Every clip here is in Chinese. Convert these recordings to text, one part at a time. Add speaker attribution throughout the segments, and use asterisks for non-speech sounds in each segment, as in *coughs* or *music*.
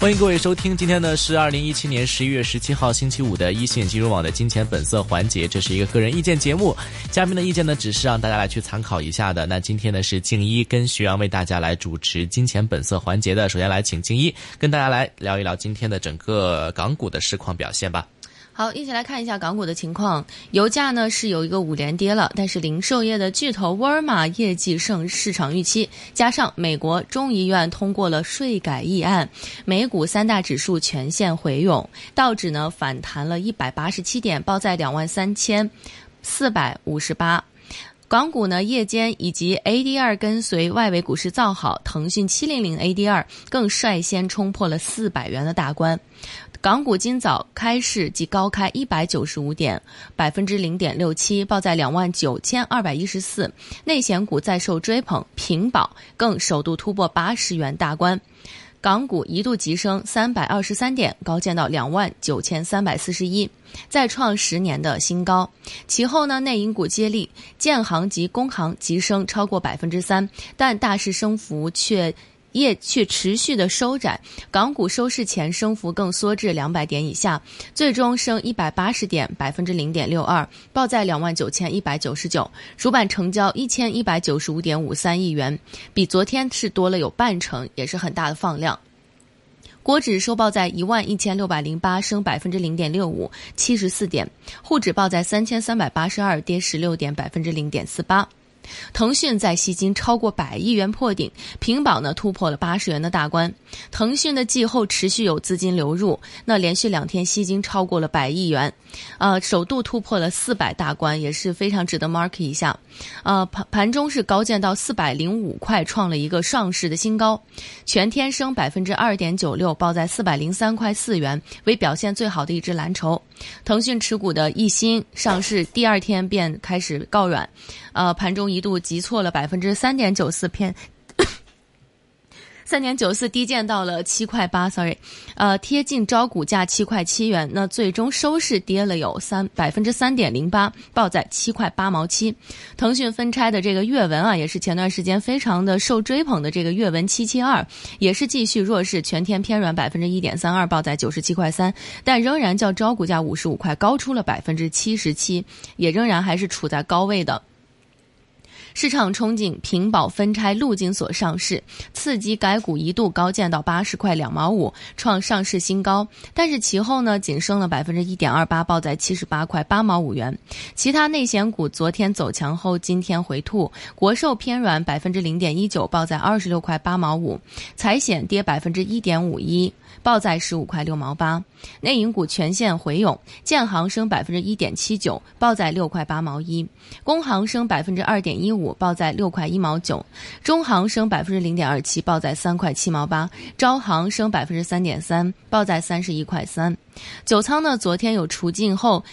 Speaker 1: 欢迎各位收听，今天呢是二零一七年十一月十七号星期五的一线金融网的金钱本色环节，这是一个个人意见节目，嘉宾的意见呢只是让大家来去参考一下的。那今天呢是静一跟徐阳为大家来主持金钱本色环节的，首先来请静一跟大家来聊一聊今天的整个港股的市况表现吧。
Speaker 2: 好，一起来看一下港股的情况。油价呢是有一个五连跌了，但是零售业的巨头沃尔玛业绩胜市场预期，加上美国众议院通过了税改议案，美股三大指数全线回勇，道指呢反弹了一百八十七点，报在两万三千四百五十八。港股呢，夜间以及 ADR 跟随外围股市造好，腾讯七零零 ADR 更率先冲破了四百元的大关。港股今早开市即高开一百九十五点，百分之零点六七，报在两万九千二百一十四。内险股再受追捧，平保更首度突破八十元大关。港股一度急升三百二十三点，高见到两万九千三百四十一，再创十年的新高。其后呢，内银股接力，建行及工行急升超过百分之三，但大市升幅却。业却持续的收窄，港股收市前升幅更缩至两百点以下，最终升一百八十点，百分之零点六二，报在两万九千一百九十九。主板成交一千一百九十五点五三亿元，比昨天是多了有半成，也是很大的放量。国指收报在一万一千六百零八，升百分之零点六五，七十四点；沪指报在三千三百八十二，跌十六点，百分之零点四八。腾讯在吸金超过百亿元破顶，平保呢突破了八十元的大关。腾讯的季后持续有资金流入，那连续两天吸金超过了百亿元，呃，首度突破了四百大关，也是非常值得 mark 一下。呃，盘盘中是高见到四百零五块，创了一个上市的新高，全天升百分之二点九六，报在四百零三块四元，为表现最好的一只蓝筹。腾讯持股的易鑫上市第二天便开始告软，呃，盘中一度急挫了百分之三点九四，偏 *coughs* 三点九四低见到了七块八，sorry，呃，贴近招股价七块七元，那最终收市跌了有三百分之三点零八，报在七块八毛七。腾讯分拆的这个阅文啊，也是前段时间非常的受追捧的这个阅文七七二，也是继续弱势，全天偏软百分之一点三二，报在九十七块三，但仍然较招股价五十五块高出了百分之七十七，也仍然还是处在高位的。市场憧憬平保分拆陆金所上市，刺激该股一度高见到八十块两毛五，创上市新高。但是其后呢，仅升了百分之一点二八，报在七十八块八毛五元。其他内险股昨天走强后，今天回吐，国寿偏软百分之零点一九，报在二十六块八毛五；财险跌百分之一点五一，报在十五块六毛八。内银股全线回勇，建行升百分之一点七九，报在六块八毛一；工行升百分之二点一五，报在六块一毛九；中行升百分之零点二七，报在三块七毛八；招行升百分之三点三，报在三十一块三。九仓呢，昨天有除净后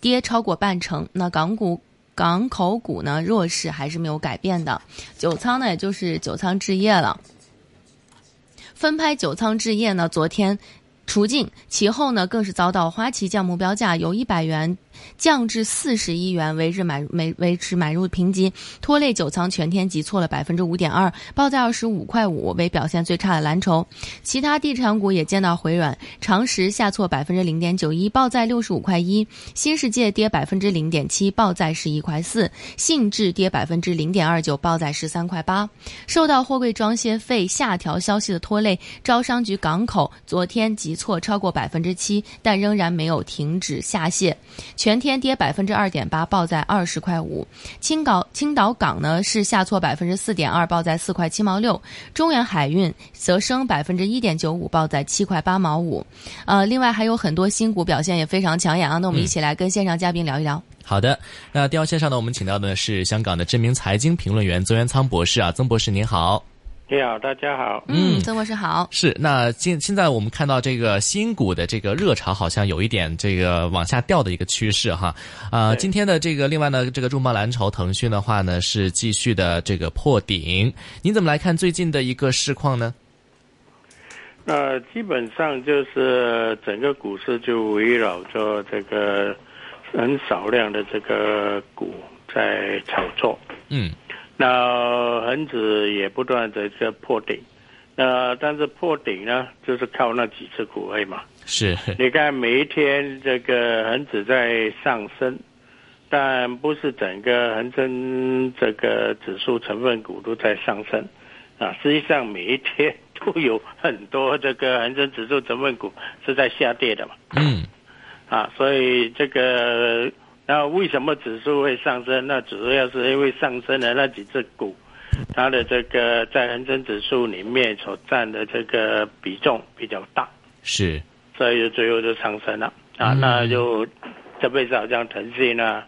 Speaker 2: 跌超过半成，那港股。港口股呢弱势还是没有改变的，九仓呢也就是九仓置业了。分拍九仓置业呢，昨天除净，其后呢更是遭到花旗将目标价由一百元降至四十一元，维持买维维持买入评级，拖累九仓全天急挫了百分之五点二，报在二十五块五，为表现最差的蓝筹。其他地产股也见到回软，长实下挫百分之零点九一，报在六十五块一；新世界跌百分之零点七，报在十一块四；信智跌百分之零点二九，报在十三块八。受到货柜装卸费下调消息的拖累，招商局港口昨天急挫超过百分之七，但仍然没有停止下泻，全天跌百分之二点八，报在二十块五。青岛青岛港呢是下挫百分之四点二，报在四块七毛六。中原海运则升百分之一点九五，报在七块八毛五。呃，另外还有很多新股表现也非常抢眼啊，那我
Speaker 1: 嗯
Speaker 2: 们一起来跟线上嘉宾聊一聊。
Speaker 1: 好的，那第二线上呢，我们请到的是香港的知名财经评论员曾元仓博士啊，曾博士您好。
Speaker 3: 你好，大家好。
Speaker 2: 嗯，曾博士好。
Speaker 1: 是，那现现在我们看到这个新股的这个热潮好像有一点这个往下掉的一个趋势哈，呃，
Speaker 3: 对
Speaker 1: 今天的这个另外呢，这个重磅蓝筹腾讯的话呢是继续的这个破顶，您怎么来看最近的一个市况呢？
Speaker 3: 那呃基本上就是整个股市就围绕着这个很少量的这个股在炒作，
Speaker 1: 嗯
Speaker 3: 那恒指也不断的在破顶，那但是破顶呢，就是靠那几只股位嘛。
Speaker 1: 是，
Speaker 3: 你看每一天这个恒指在上升，但不是整个恒生这个指数成分股都在上升啊。实际上每一天都有很多这个恒生指数成分股是在下跌的嘛
Speaker 1: 嗯
Speaker 3: 啊，所以这个那为什么指数会上升？那主要是因为上升的那几只股，它的这个在恒生指数里面所占的这个比重比较大。
Speaker 1: 是，
Speaker 3: 所以最后就上升了啊，
Speaker 1: 嗯
Speaker 3: 那就这辈子好像腾讯呢，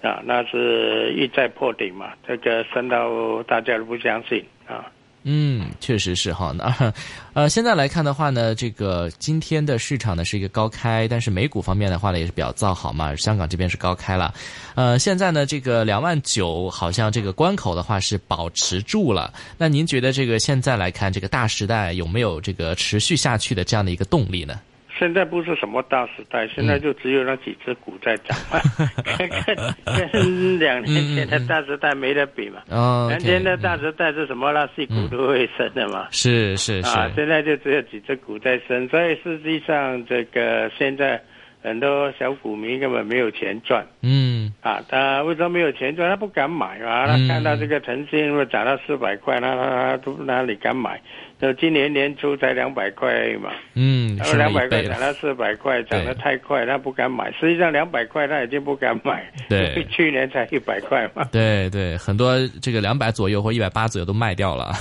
Speaker 3: 啊，那是一再破顶嘛，这个升到大家都不相信啊。
Speaker 1: 嗯，确实是哈。 *laughs* 那呃，现在来看的话呢，这个今天的市场呢是一个高开，但是美股方面的话呢也是比较造好嘛。香港这边是高开了，呃，现在呢这个两万九好像这个关口的话是保持住了。那您觉得这个现在来看，这个大时代有没有这个持续下去的这样的一个动力呢？
Speaker 3: 现在不是什么大时
Speaker 1: 嗯
Speaker 3: 代，现在就只有那几只股在涨
Speaker 1: *laughs*
Speaker 3: 嘛，跟跟两年前的大时代没得比嘛。
Speaker 1: 嗯，
Speaker 3: 两年前的大时代是什么？那细股都会升的嘛。
Speaker 1: 是嗯是是，
Speaker 3: 啊，现在就只有几只股在升，所以实际上这个现在很多小股民根本没有钱赚。
Speaker 1: 嗯
Speaker 3: 啊，他为什么没有钱赚？他不敢买嘛，他
Speaker 1: 嗯
Speaker 3: 看到这个腾讯如果涨到四百块，那他都哪里敢买？那今年年初才两百块嘛，
Speaker 1: 嗯，
Speaker 3: 然后
Speaker 1: 是
Speaker 3: 两
Speaker 1: 了
Speaker 3: 百
Speaker 1: 一
Speaker 3: 块
Speaker 1: 倍
Speaker 3: 涨
Speaker 1: 了，
Speaker 3: 到四百块，涨得太快，他不敢买。实际上两百块他已经不敢买，
Speaker 1: 对
Speaker 3: 因为 *laughs* 去年才一百块嘛。
Speaker 1: 对对，很多这个两百左右或一百八左右都卖掉了，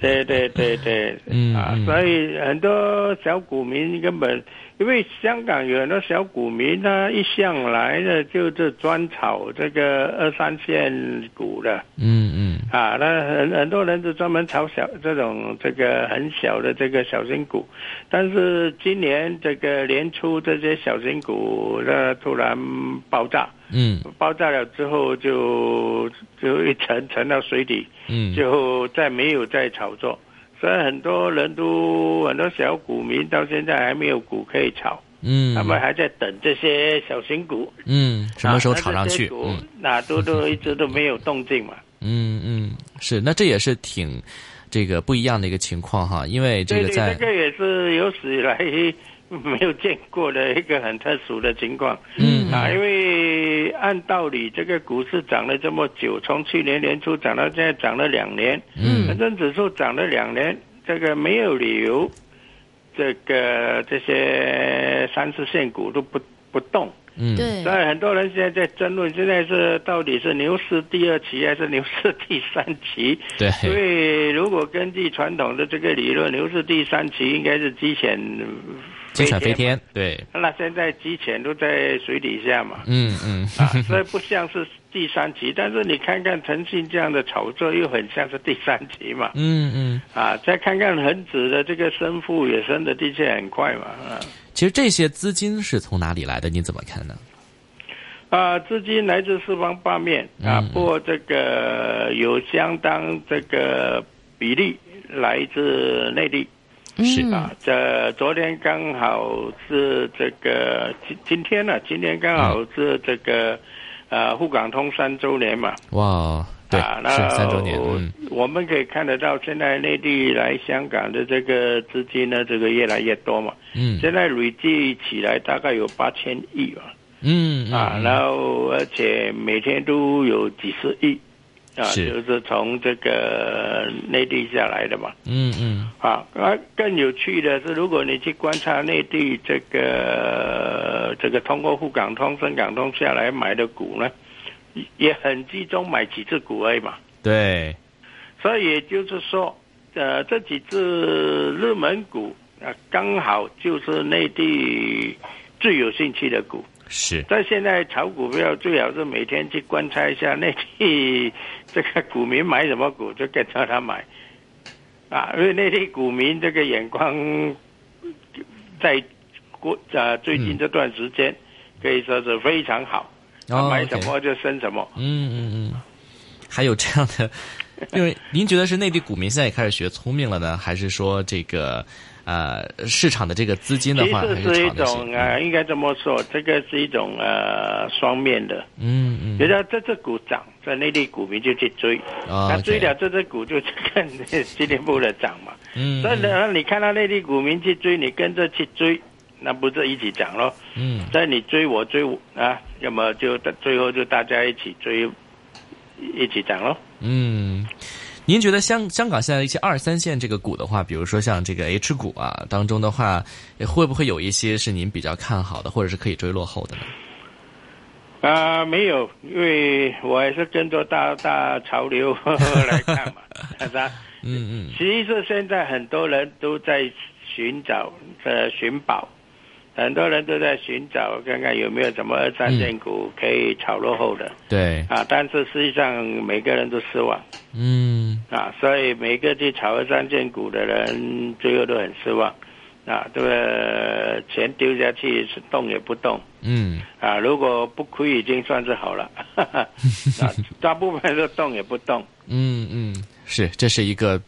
Speaker 3: 对对对对，
Speaker 1: 嗯
Speaker 3: 啊
Speaker 1: 嗯，
Speaker 3: 所以很多小股民根本，因为香港有很多小股民他一向来呢就是专炒这个二三线股的。
Speaker 1: 嗯嗯
Speaker 3: 啊，那很很多人就专门炒小这种这个很小的这个小型股，但是今年这个年初这些小型股那突然爆炸，
Speaker 1: 嗯
Speaker 3: 爆炸了之后就就一沉沉到水底，
Speaker 1: 嗯，
Speaker 3: 就再没有再炒作，所以很多人都很多小股民到现在还没有股可以炒，
Speaker 1: 嗯，
Speaker 3: 他们还在等这些小型股
Speaker 1: 嗯，什么时候炒上
Speaker 3: 啊啊那这些
Speaker 1: 去？
Speaker 3: 股
Speaker 1: 嗯
Speaker 3: 那都都一直都没有动静嘛。
Speaker 1: 嗯嗯，是，那这也是挺这个不一样的一个情况哈，因为这
Speaker 3: 对
Speaker 1: 个
Speaker 3: 对，
Speaker 1: 在
Speaker 3: 这个也是有史以来没有见过的一个很特殊的情
Speaker 1: *laughs*
Speaker 3: 况。
Speaker 1: 嗯
Speaker 3: 啊，因为按道理这个股市涨了这么久，从去年年初涨到现在涨了两年，恒
Speaker 1: 嗯
Speaker 3: 生指数涨了两年，这个没有理由，这个这些三四线股都不不动。
Speaker 1: 嗯
Speaker 2: 对
Speaker 3: 所以很多人现在在争论，现在是到底是牛市第二期还是牛市第三期？因
Speaker 1: 对
Speaker 3: 为如果根据传统的这个理论，牛市第三期应该是鸡犬
Speaker 1: 鸡犬飞
Speaker 3: 天，
Speaker 1: 天对
Speaker 3: 那现在鸡犬都在水底下嘛，
Speaker 1: 嗯嗯
Speaker 3: 啊，所以不像是第三期。但是你看看腾讯这样的炒作，又很像是第三期嘛，
Speaker 1: *laughs* 嗯嗯。
Speaker 3: 啊，再看看恒指的这个升幅也升的的确很快嘛，啊。
Speaker 1: 其实这些资金是从哪里来的？你怎么看呢？
Speaker 3: 啊，资金来自四方八面啊，
Speaker 1: 嗯
Speaker 3: 不过这个有相当这个比例来自内地。
Speaker 1: 是
Speaker 2: 嗯
Speaker 3: 啊，这昨天刚好是这个今今天呢、今天刚好是这个呃沪港通三周年嘛，
Speaker 1: 哇，对，
Speaker 3: 啊，
Speaker 1: 是
Speaker 3: 那
Speaker 1: 三周年，嗯
Speaker 3: 我们可以看得到，现在内地来香港的这个资金呢，这个越来越多嘛，
Speaker 1: 嗯
Speaker 3: 现在累计起来大概有八千亿吧。
Speaker 1: 嗯嗯
Speaker 3: 啊，然后而且每天都有几十亿，啊，
Speaker 1: 是
Speaker 3: 就是从这个内地下来的嘛。
Speaker 1: 嗯嗯
Speaker 3: 啊，而更有趣的是，如果你去观察内地这个这个通过沪港通、深港通下来买的股呢，也也很集中买几只股而已嘛。
Speaker 1: 对，
Speaker 3: 所以也就是说，呃，这几只热门股啊，刚好就是内地最有兴趣的股。
Speaker 1: 是
Speaker 3: 但现在炒股票最好是每天去观察一下 *laughs* 内地这个股民买什么股，就跟着他买啊，因为内地股民这个眼光在过啊最近这段时间可以说是非常好，
Speaker 1: 嗯
Speaker 3: 啊
Speaker 1: 哦
Speaker 3: 买
Speaker 1: OK
Speaker 3: 什么就升什么。
Speaker 1: 嗯嗯嗯，还有这样
Speaker 3: *laughs*
Speaker 1: 的，因为您觉得是内地股民现在也开始学聪明了呢，还是说这个呃市场的这个资金的
Speaker 3: 其
Speaker 1: 话，还
Speaker 3: 实
Speaker 1: 是
Speaker 3: 是一
Speaker 1: 炒那些
Speaker 3: 种啊、呃应该这么说，这个是一种呃双面的。
Speaker 1: 嗯嗯
Speaker 3: 觉得这只股涨，在内地股民就去追，
Speaker 1: 哦
Speaker 3: 那追
Speaker 1: OK
Speaker 3: 了这只股就看 *laughs* 今天不的涨嘛。
Speaker 1: 嗯，
Speaker 3: 所以呢，你看到内地股民去追，你跟着去追，那不是一起涨咯？
Speaker 1: 嗯
Speaker 3: 在你追我追我啊，要么就最后就大家一起追，一起涨咯。
Speaker 1: 嗯，您觉得香香港现在一些二三线这个股的话，比如说像这个 H 股啊当中的话，会不会有一些是您比较看好的，或者是可以追落后的呢？
Speaker 3: 啊、没有，因为我还是跟着大大潮流 *laughs* 来看嘛，是吧？
Speaker 1: 嗯嗯
Speaker 3: 其实现在很多人都在寻找呃寻宝，很多人都在寻找看看有没有什么二三线股可以炒落后的、
Speaker 1: 对，
Speaker 3: 啊，但是实际上每个人都失望
Speaker 1: 嗯
Speaker 3: 啊，所以每个去炒二三线股的人最后都很失望啊，这个钱丢下去是动也不动。
Speaker 1: 嗯
Speaker 3: 啊，如果不亏已经算是好了， *laughs* 哈哈，啊，大部分都动也不动。
Speaker 1: 嗯嗯，是，这是一个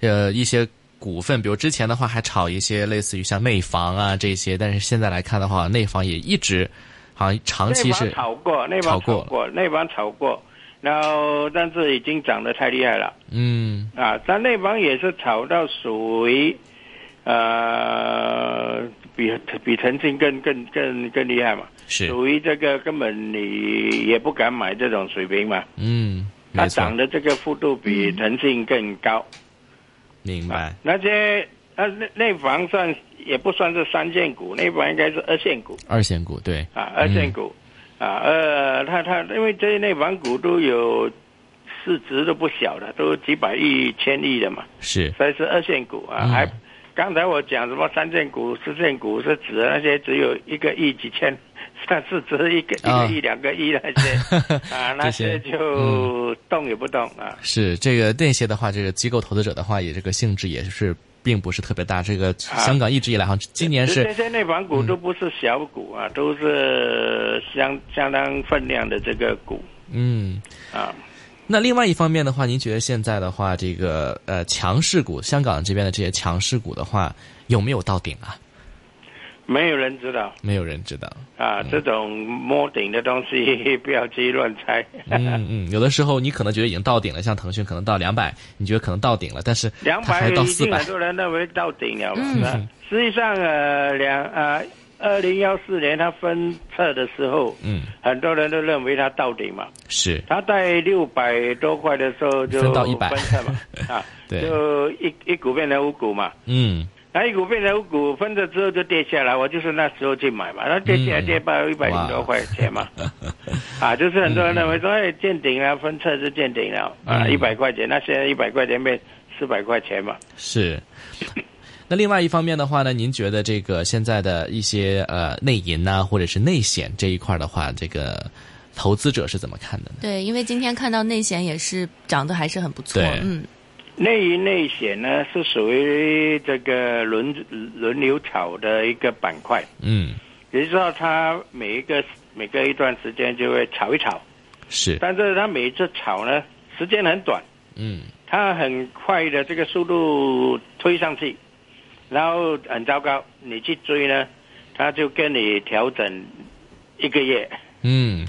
Speaker 1: 呃一些。股份，比如之前的话还炒一些类似于像内房啊这些，但是现在来看的话，内房也一直好像长期
Speaker 3: 内
Speaker 1: 是
Speaker 3: 房炒过，内
Speaker 1: 炒
Speaker 3: 房
Speaker 1: 过
Speaker 3: 炒过，内房炒过，然后但是已经涨得太厉害了
Speaker 1: 嗯
Speaker 3: 啊！但内房也是炒到属于，呃，比比腾讯更更更更厉害嘛，
Speaker 1: 是
Speaker 3: 属于这个根本你也不敢买这种水平嘛。
Speaker 1: 嗯
Speaker 3: 它
Speaker 1: 没错
Speaker 3: 涨的这个幅度比腾讯更高，啊
Speaker 1: 明白
Speaker 3: 那些那内内房算也不算是三线股，内房应该是二线股。
Speaker 1: 二线股对
Speaker 3: 啊，二线股、
Speaker 1: 嗯
Speaker 3: 啊，呃，它它因为这些内房股都有市值都不小的，都几百亿、千亿的嘛，
Speaker 1: 嗯是
Speaker 3: 所以是二线股啊。
Speaker 1: 嗯
Speaker 3: 还刚才我讲什么三线股、四线股是指那些只有一个亿、几千，但是只是一个、
Speaker 1: 啊
Speaker 3: 一个亿、两个亿那些
Speaker 1: *laughs*
Speaker 3: 啊，那
Speaker 1: 这些嗯
Speaker 3: 些就动也不动啊。
Speaker 1: 是这个那些的话，这个机构投资者的话，也这个性质也是并不是特别大。这个
Speaker 3: 啊
Speaker 1: 香港一直以来，好像今年
Speaker 3: 这
Speaker 1: 是嗯
Speaker 3: 些内房股都不是小股啊，都是相相当分量的这个股
Speaker 1: 嗯。
Speaker 3: 啊。
Speaker 1: 那另外一方面的话，您觉得现在的话，这个呃强势股，香港这边的这些强势股的话，有没有到顶啊？
Speaker 3: 没有人知道，
Speaker 1: 没有人知道。
Speaker 3: 啊，这种摸顶的东西 *laughs* 不要去乱猜。
Speaker 1: 嗯嗯，有的时候你可能觉得已经到顶了，像腾讯可能到两百，你觉得可能到顶了，但是
Speaker 3: 两
Speaker 1: 它
Speaker 3: 百
Speaker 1: 还到
Speaker 3: 已
Speaker 1: 四
Speaker 3: 经
Speaker 1: 百
Speaker 3: 很。多人认为到顶了嘛，
Speaker 2: 嗯
Speaker 3: 是吧实际上呃两呃二零幺四年它分测的时候，
Speaker 1: 嗯，
Speaker 3: 很多人都认为它到顶嘛，
Speaker 1: 是
Speaker 3: 它在六百多块的时候就
Speaker 1: 分到100
Speaker 3: 分
Speaker 1: *laughs*
Speaker 3: 测嘛，啊，
Speaker 1: 对
Speaker 3: 就一一股变成五股嘛，
Speaker 1: 嗯
Speaker 3: 那一股变成五股分了之后就跌下来，我就是那时候去买嘛，那跌下来
Speaker 1: 嗯
Speaker 3: 跌到一百零多块钱嘛，啊，就是很多人认为说，哎，见顶了，分测是见顶了啊，
Speaker 1: 嗯
Speaker 3: 一百块钱，那现在一百块钱变四百块钱嘛，
Speaker 1: *laughs* 是。那另外一方面的话呢，您觉得这个现在的一些呃内银呐、或者是内险这一块的话，这个投资者是怎么看的呢？
Speaker 2: 对，因为今天看到内险也是涨得还是很不错
Speaker 1: 对，
Speaker 2: 嗯，
Speaker 3: 内银内险呢是属于这个轮轮流炒的一个板块，
Speaker 1: 嗯，
Speaker 3: 也就是说它每一个每隔一段时间就会炒一炒，
Speaker 1: 是，
Speaker 3: 但是它每一次炒呢时间很短。
Speaker 1: 嗯
Speaker 3: 它很快的这个速度推上去，然后很糟糕，你去追呢，它就跟你调整一个月，
Speaker 1: 嗯，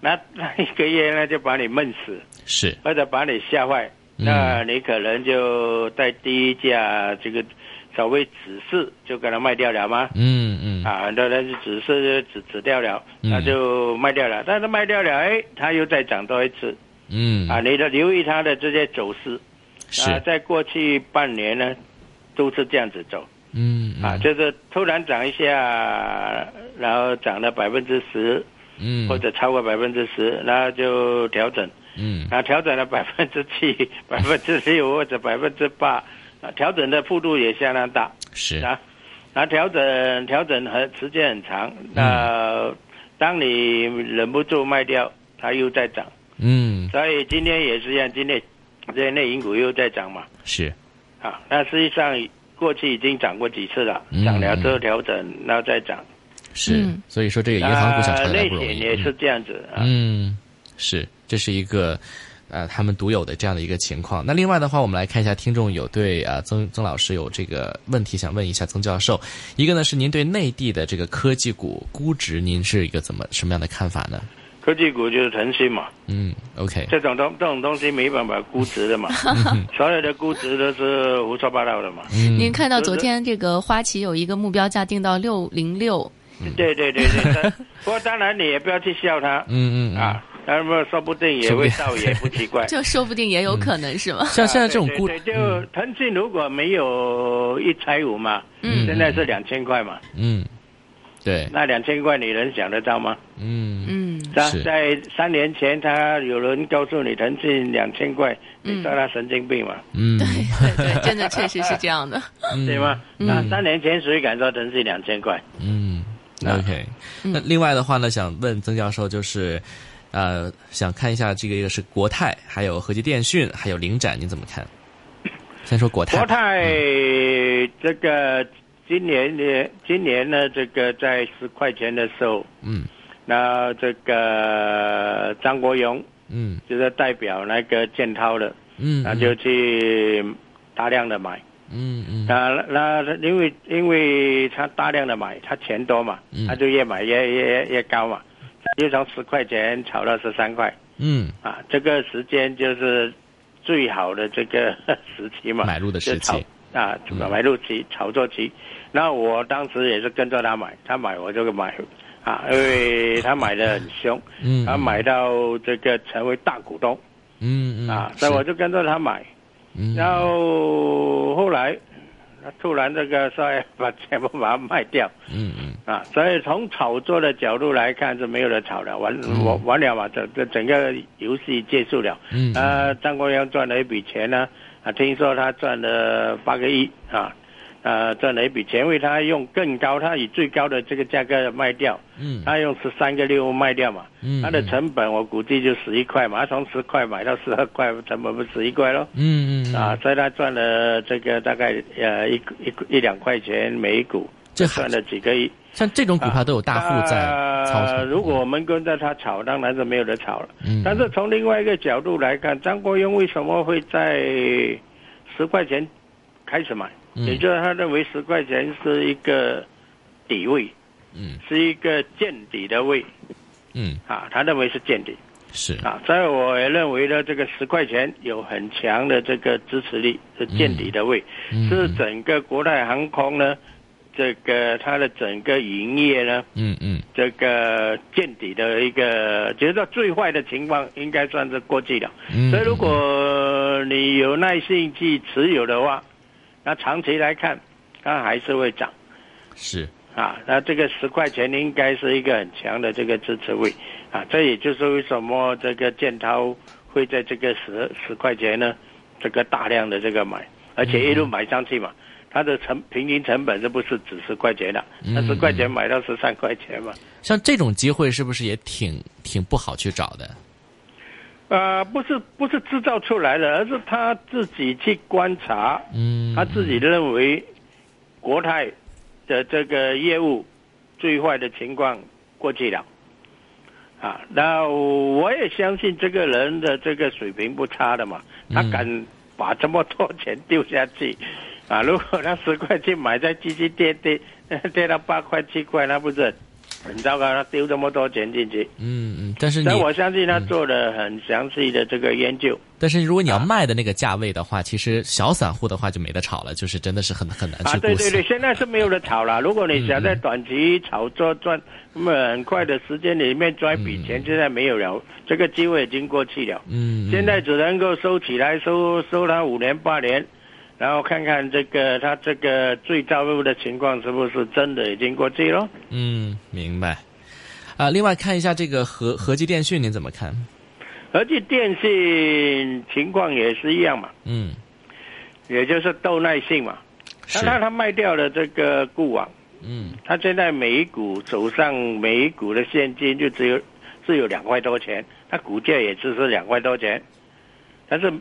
Speaker 3: 那那一个月呢就把你闷死，
Speaker 1: 是，
Speaker 3: 或者把你吓坏，
Speaker 1: 嗯
Speaker 3: 那你可能就在低价这个所谓指示就给它卖掉了吗？
Speaker 1: 嗯嗯，
Speaker 3: 啊，很多人就只是只只掉了，
Speaker 1: 嗯
Speaker 3: 那就卖掉了，但是卖掉了，哎，它又再涨多一次，啊，
Speaker 1: 嗯，
Speaker 3: 你的留意它的这些走势。啊，
Speaker 1: 是，
Speaker 3: 在过去半年呢，都是这样子走
Speaker 1: 嗯
Speaker 3: 啊，
Speaker 1: 嗯
Speaker 3: 就是突然涨一下，然后涨了百分之十
Speaker 1: 嗯，
Speaker 3: 或者超过百分之十，然后就调整，
Speaker 1: 嗯
Speaker 3: 啊，调整了百分之七、 *laughs* 百分之六或者百分之八，啊，调整的幅度也相当大
Speaker 1: 是，
Speaker 3: 啊，啊，调整调整很时间很长，
Speaker 1: 嗯
Speaker 3: 那、当你忍不住卖掉，它又在涨，
Speaker 1: 嗯
Speaker 3: 所以今天也是一样，今天这些内银股又在涨嘛。
Speaker 1: 是，
Speaker 3: 啊，那实际上过去已经涨过几次了
Speaker 1: 嗯，
Speaker 3: 涨了之后调整，然后再涨。
Speaker 1: 是
Speaker 2: 嗯，
Speaker 1: 所以说这个银行股想
Speaker 3: 啊
Speaker 1: 炒起来
Speaker 3: 内
Speaker 1: 不容嗯
Speaker 3: 险
Speaker 1: 易，
Speaker 3: 也是这样子啊。
Speaker 1: 嗯，是，这是一个呃他们独有的这样的一个情况。那另外的话，我们来看一下听众有对呃曾曾老师有这个问题想问一下曾教授，一个呢是您对内地的这个科技股估值，您是一个怎么什么样的看法呢？
Speaker 3: 科技股就是腾讯嘛，
Speaker 1: 嗯，OK，
Speaker 3: 这种东这种东西没办法估
Speaker 1: *laughs*
Speaker 3: 值的嘛，所有的估值都是胡说八道的嘛。
Speaker 1: 嗯
Speaker 2: 您看到昨天这个花旗有一个目标价定到六零六，
Speaker 1: 嗯
Speaker 3: 对对对
Speaker 1: *laughs*
Speaker 3: 对，但不过当然你也不要去笑他，
Speaker 1: 嗯嗯嗯
Speaker 3: 啊，那么说不定也会到，也不奇
Speaker 2: *laughs*
Speaker 3: 怪。啊
Speaker 2: 这说不定也有可能是吗？
Speaker 1: 像现在这种
Speaker 3: 对
Speaker 1: 估，嗯
Speaker 3: 对对就腾讯如果没有一拆五嘛，
Speaker 2: 嗯
Speaker 3: 现在是两千块嘛，
Speaker 1: 嗯，对，
Speaker 3: 那两千块你能想得到吗？
Speaker 1: 嗯
Speaker 2: 嗯， *laughs*
Speaker 3: 在
Speaker 1: 是
Speaker 3: 在三年前，他有人告诉你腾讯两千块，
Speaker 2: 嗯
Speaker 3: 你说他神经病嘛，
Speaker 1: 嗯，
Speaker 2: 对对，真的确实是这样的。
Speaker 1: 嗯
Speaker 3: 对吗？那三年前谁敢说腾讯两千块？
Speaker 1: 嗯，OK。那
Speaker 3: 啊嗯
Speaker 1: 另外的话呢，想问曾教授就是，呃，想看一下这个一个是国泰，还有和记电讯，还有领展，您怎么看？先说国泰吧。
Speaker 3: 国泰这个今年的今年呢，这个在十块钱的时候，
Speaker 1: 嗯
Speaker 3: 那这个张国荣
Speaker 1: 嗯
Speaker 3: 就是代表那个建滔的，
Speaker 1: 嗯，
Speaker 3: 那啊就去大量的买。
Speaker 1: 嗯嗯
Speaker 3: 那那因为因为他大量的买，他钱多嘛
Speaker 1: 嗯，
Speaker 3: 他就越买越越越高嘛，就从十块钱炒到十三块
Speaker 1: 嗯
Speaker 3: 啊，这个时间就是最好的这个 *laughs* 时期嘛，
Speaker 1: 买入的时期嗯
Speaker 3: 就炒啊，买入期、炒作期。那我当时也是跟着他买，他买我就买啊，因为
Speaker 1: *laughs*
Speaker 3: 他买的很凶，
Speaker 1: 嗯，
Speaker 3: 他啊买到这个成为大股东
Speaker 1: 嗯嗯
Speaker 3: 啊，所以我就跟着他买。
Speaker 1: 嗯
Speaker 3: 然后后来，他突然这个说哎把全部把它卖掉
Speaker 1: 嗯嗯
Speaker 3: 啊，所以从炒作的角度来看是没有得炒了，完完完了嘛，整整整个游戏结束了。
Speaker 1: 嗯
Speaker 3: 啊，张国阳赚了一笔钱呢，啊，听说他赚了八个亿啊，啊，赚了一笔钱，因为他用更高，他以最高的这个价格卖掉，
Speaker 1: 嗯
Speaker 3: 他用十三个六卖掉嘛，
Speaker 1: 嗯
Speaker 3: 他的成本我估计就十一块嘛，他从十块买到十二块，成本不十一块咯。
Speaker 1: 嗯嗯
Speaker 3: 啊，，所以他赚了这个大概呃一一一两块钱每一
Speaker 1: *laughs*
Speaker 3: 股，
Speaker 1: 这还
Speaker 3: 赚了几个亿。
Speaker 1: 像这种股票都有大户在操
Speaker 3: 呃
Speaker 1: 作。
Speaker 3: 如果我们跟着他炒，当然是没有得炒了。
Speaker 1: 嗯
Speaker 3: 但是从另外一个角度来看，张国荣为什么会在十块钱开始买？
Speaker 1: 嗯
Speaker 3: 也就是他认为十块钱是一个底位，
Speaker 1: 嗯
Speaker 3: 是一个见底的位
Speaker 1: 嗯
Speaker 3: 啊，他认为是见底
Speaker 1: 是
Speaker 3: 啊。所以我也认为呢，这个十块钱有很强的这个支持力，是见底的位。
Speaker 1: 嗯
Speaker 3: 是整个国泰航空呢，这个它的整个营业呢，
Speaker 1: 嗯嗯
Speaker 3: 这个见底的一个，觉得最坏的情况应该算是过去了。
Speaker 1: 嗯，
Speaker 3: 所以如果你有耐性去持有的话，那长期来看，它还是会涨
Speaker 1: 嗯是
Speaker 3: 啊。那这个十块钱应该是一个很强的这个支持位啊。这也就是为什么这个建涛会在这个十十块钱呢，这个大量的这个买，而且一路买上去嘛。
Speaker 1: 嗯
Speaker 3: 它的成平均成本是不是只十块钱的？啊
Speaker 1: 嗯
Speaker 3: 那十块钱买到十三块钱嘛？
Speaker 1: 像这种机会是不是也挺挺不好去找的？
Speaker 3: 呃，不是不是制造出来的，而是他自己去观察，
Speaker 1: 嗯，
Speaker 3: 他自己认为国泰的这个业务最坏的情况过去了。啊，那我也相信这个人的这个水平不差的嘛，他
Speaker 1: 嗯
Speaker 3: 敢把这么多钱丢下去，啊，如果他十块去买，再继续跌跌 *laughs* 跌到八块七块，那不是很很糟糕？他丢这么多钱进去，
Speaker 1: 嗯嗯，但是你
Speaker 3: 所以我相信他做了很详细的这个研究。
Speaker 1: 但是如果你
Speaker 3: 啊
Speaker 1: 要卖的那个价位的话，其实小散户的话就没得炒了，就是真的是很很难
Speaker 3: 啊，
Speaker 1: 去
Speaker 3: 对
Speaker 1: 估
Speaker 3: 对
Speaker 1: 计
Speaker 3: 对，。现在是没有得炒了。如果你想在短期炒作赚那么很快的时间里面赚一笔钱，现在没有了，这个机会已经过去了。
Speaker 1: 嗯，
Speaker 3: 现在只能够收起来，收收它五年八年，然后看看这个它这个最糟糕的情况是不是真的已经过去了。
Speaker 1: 嗯，明白。啊，另外看一下这个合合计电讯，您怎么看？
Speaker 3: 而且电信情况也是一样嘛，
Speaker 1: 嗯，
Speaker 3: 也就是斗耐性嘛。
Speaker 1: 是
Speaker 3: 那，他他卖掉了这个固网。
Speaker 1: 嗯
Speaker 3: 他现在每一股手上每一股的现金就只有是有两块多钱，他股价也只是两块多钱，但是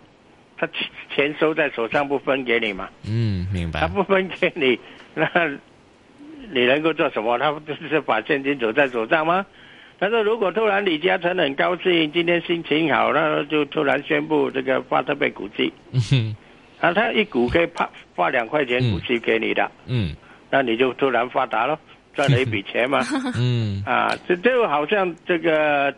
Speaker 3: 他钱钱收在手上不分给你嘛，
Speaker 1: 嗯，明白。
Speaker 3: 他不分给你，那你能够做什么？他不就是把现金守在手上吗？但是如果突然李嘉诚很高兴，今天心情好，那就突然宣布这个发特别股息，
Speaker 1: *laughs* 嗯哼
Speaker 3: 啊，他一股可以发发两块钱股息给你的，
Speaker 1: 嗯
Speaker 3: 那你就突然发达了，赚了一笔钱嘛。
Speaker 1: 嗯
Speaker 3: 啊，这就好像这个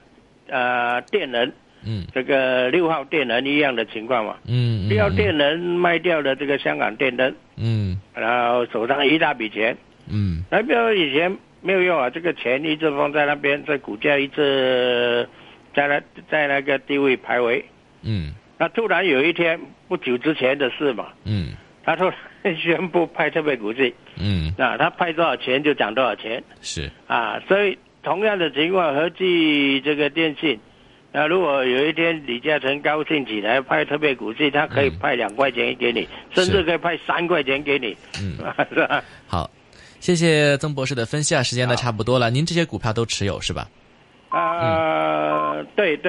Speaker 3: 呃电能
Speaker 1: 嗯
Speaker 3: 这个六号电能一样的情况嘛。
Speaker 1: 嗯，
Speaker 3: 六号电能卖掉了这个香港电灯，
Speaker 1: 嗯
Speaker 3: 然后手上一大笔钱，
Speaker 1: 嗯
Speaker 3: 那不要以前没有用啊，这个钱一直放在那边，这股价一直在那在那个低位徘徊。
Speaker 1: 嗯
Speaker 3: 那突然有一天，不久之前的事嘛，
Speaker 1: 嗯
Speaker 3: 他突然 *laughs* 宣布派特别股息，
Speaker 1: 嗯，
Speaker 3: 那他派多少钱就涨多少钱。
Speaker 1: 是，
Speaker 3: 啊，所以同样的情况，合计这个电信，那如果有一天李嘉诚高兴起来派特别股息，他可以
Speaker 1: 嗯
Speaker 3: 派两块钱给你，甚
Speaker 1: 是
Speaker 3: 至可以派三块钱给你，
Speaker 1: 嗯，
Speaker 3: *laughs* 是吧？
Speaker 1: 好，谢谢曾博士的分析啊，时间呢差不多了，您这些股票都持有是吧？
Speaker 3: 啊、对对。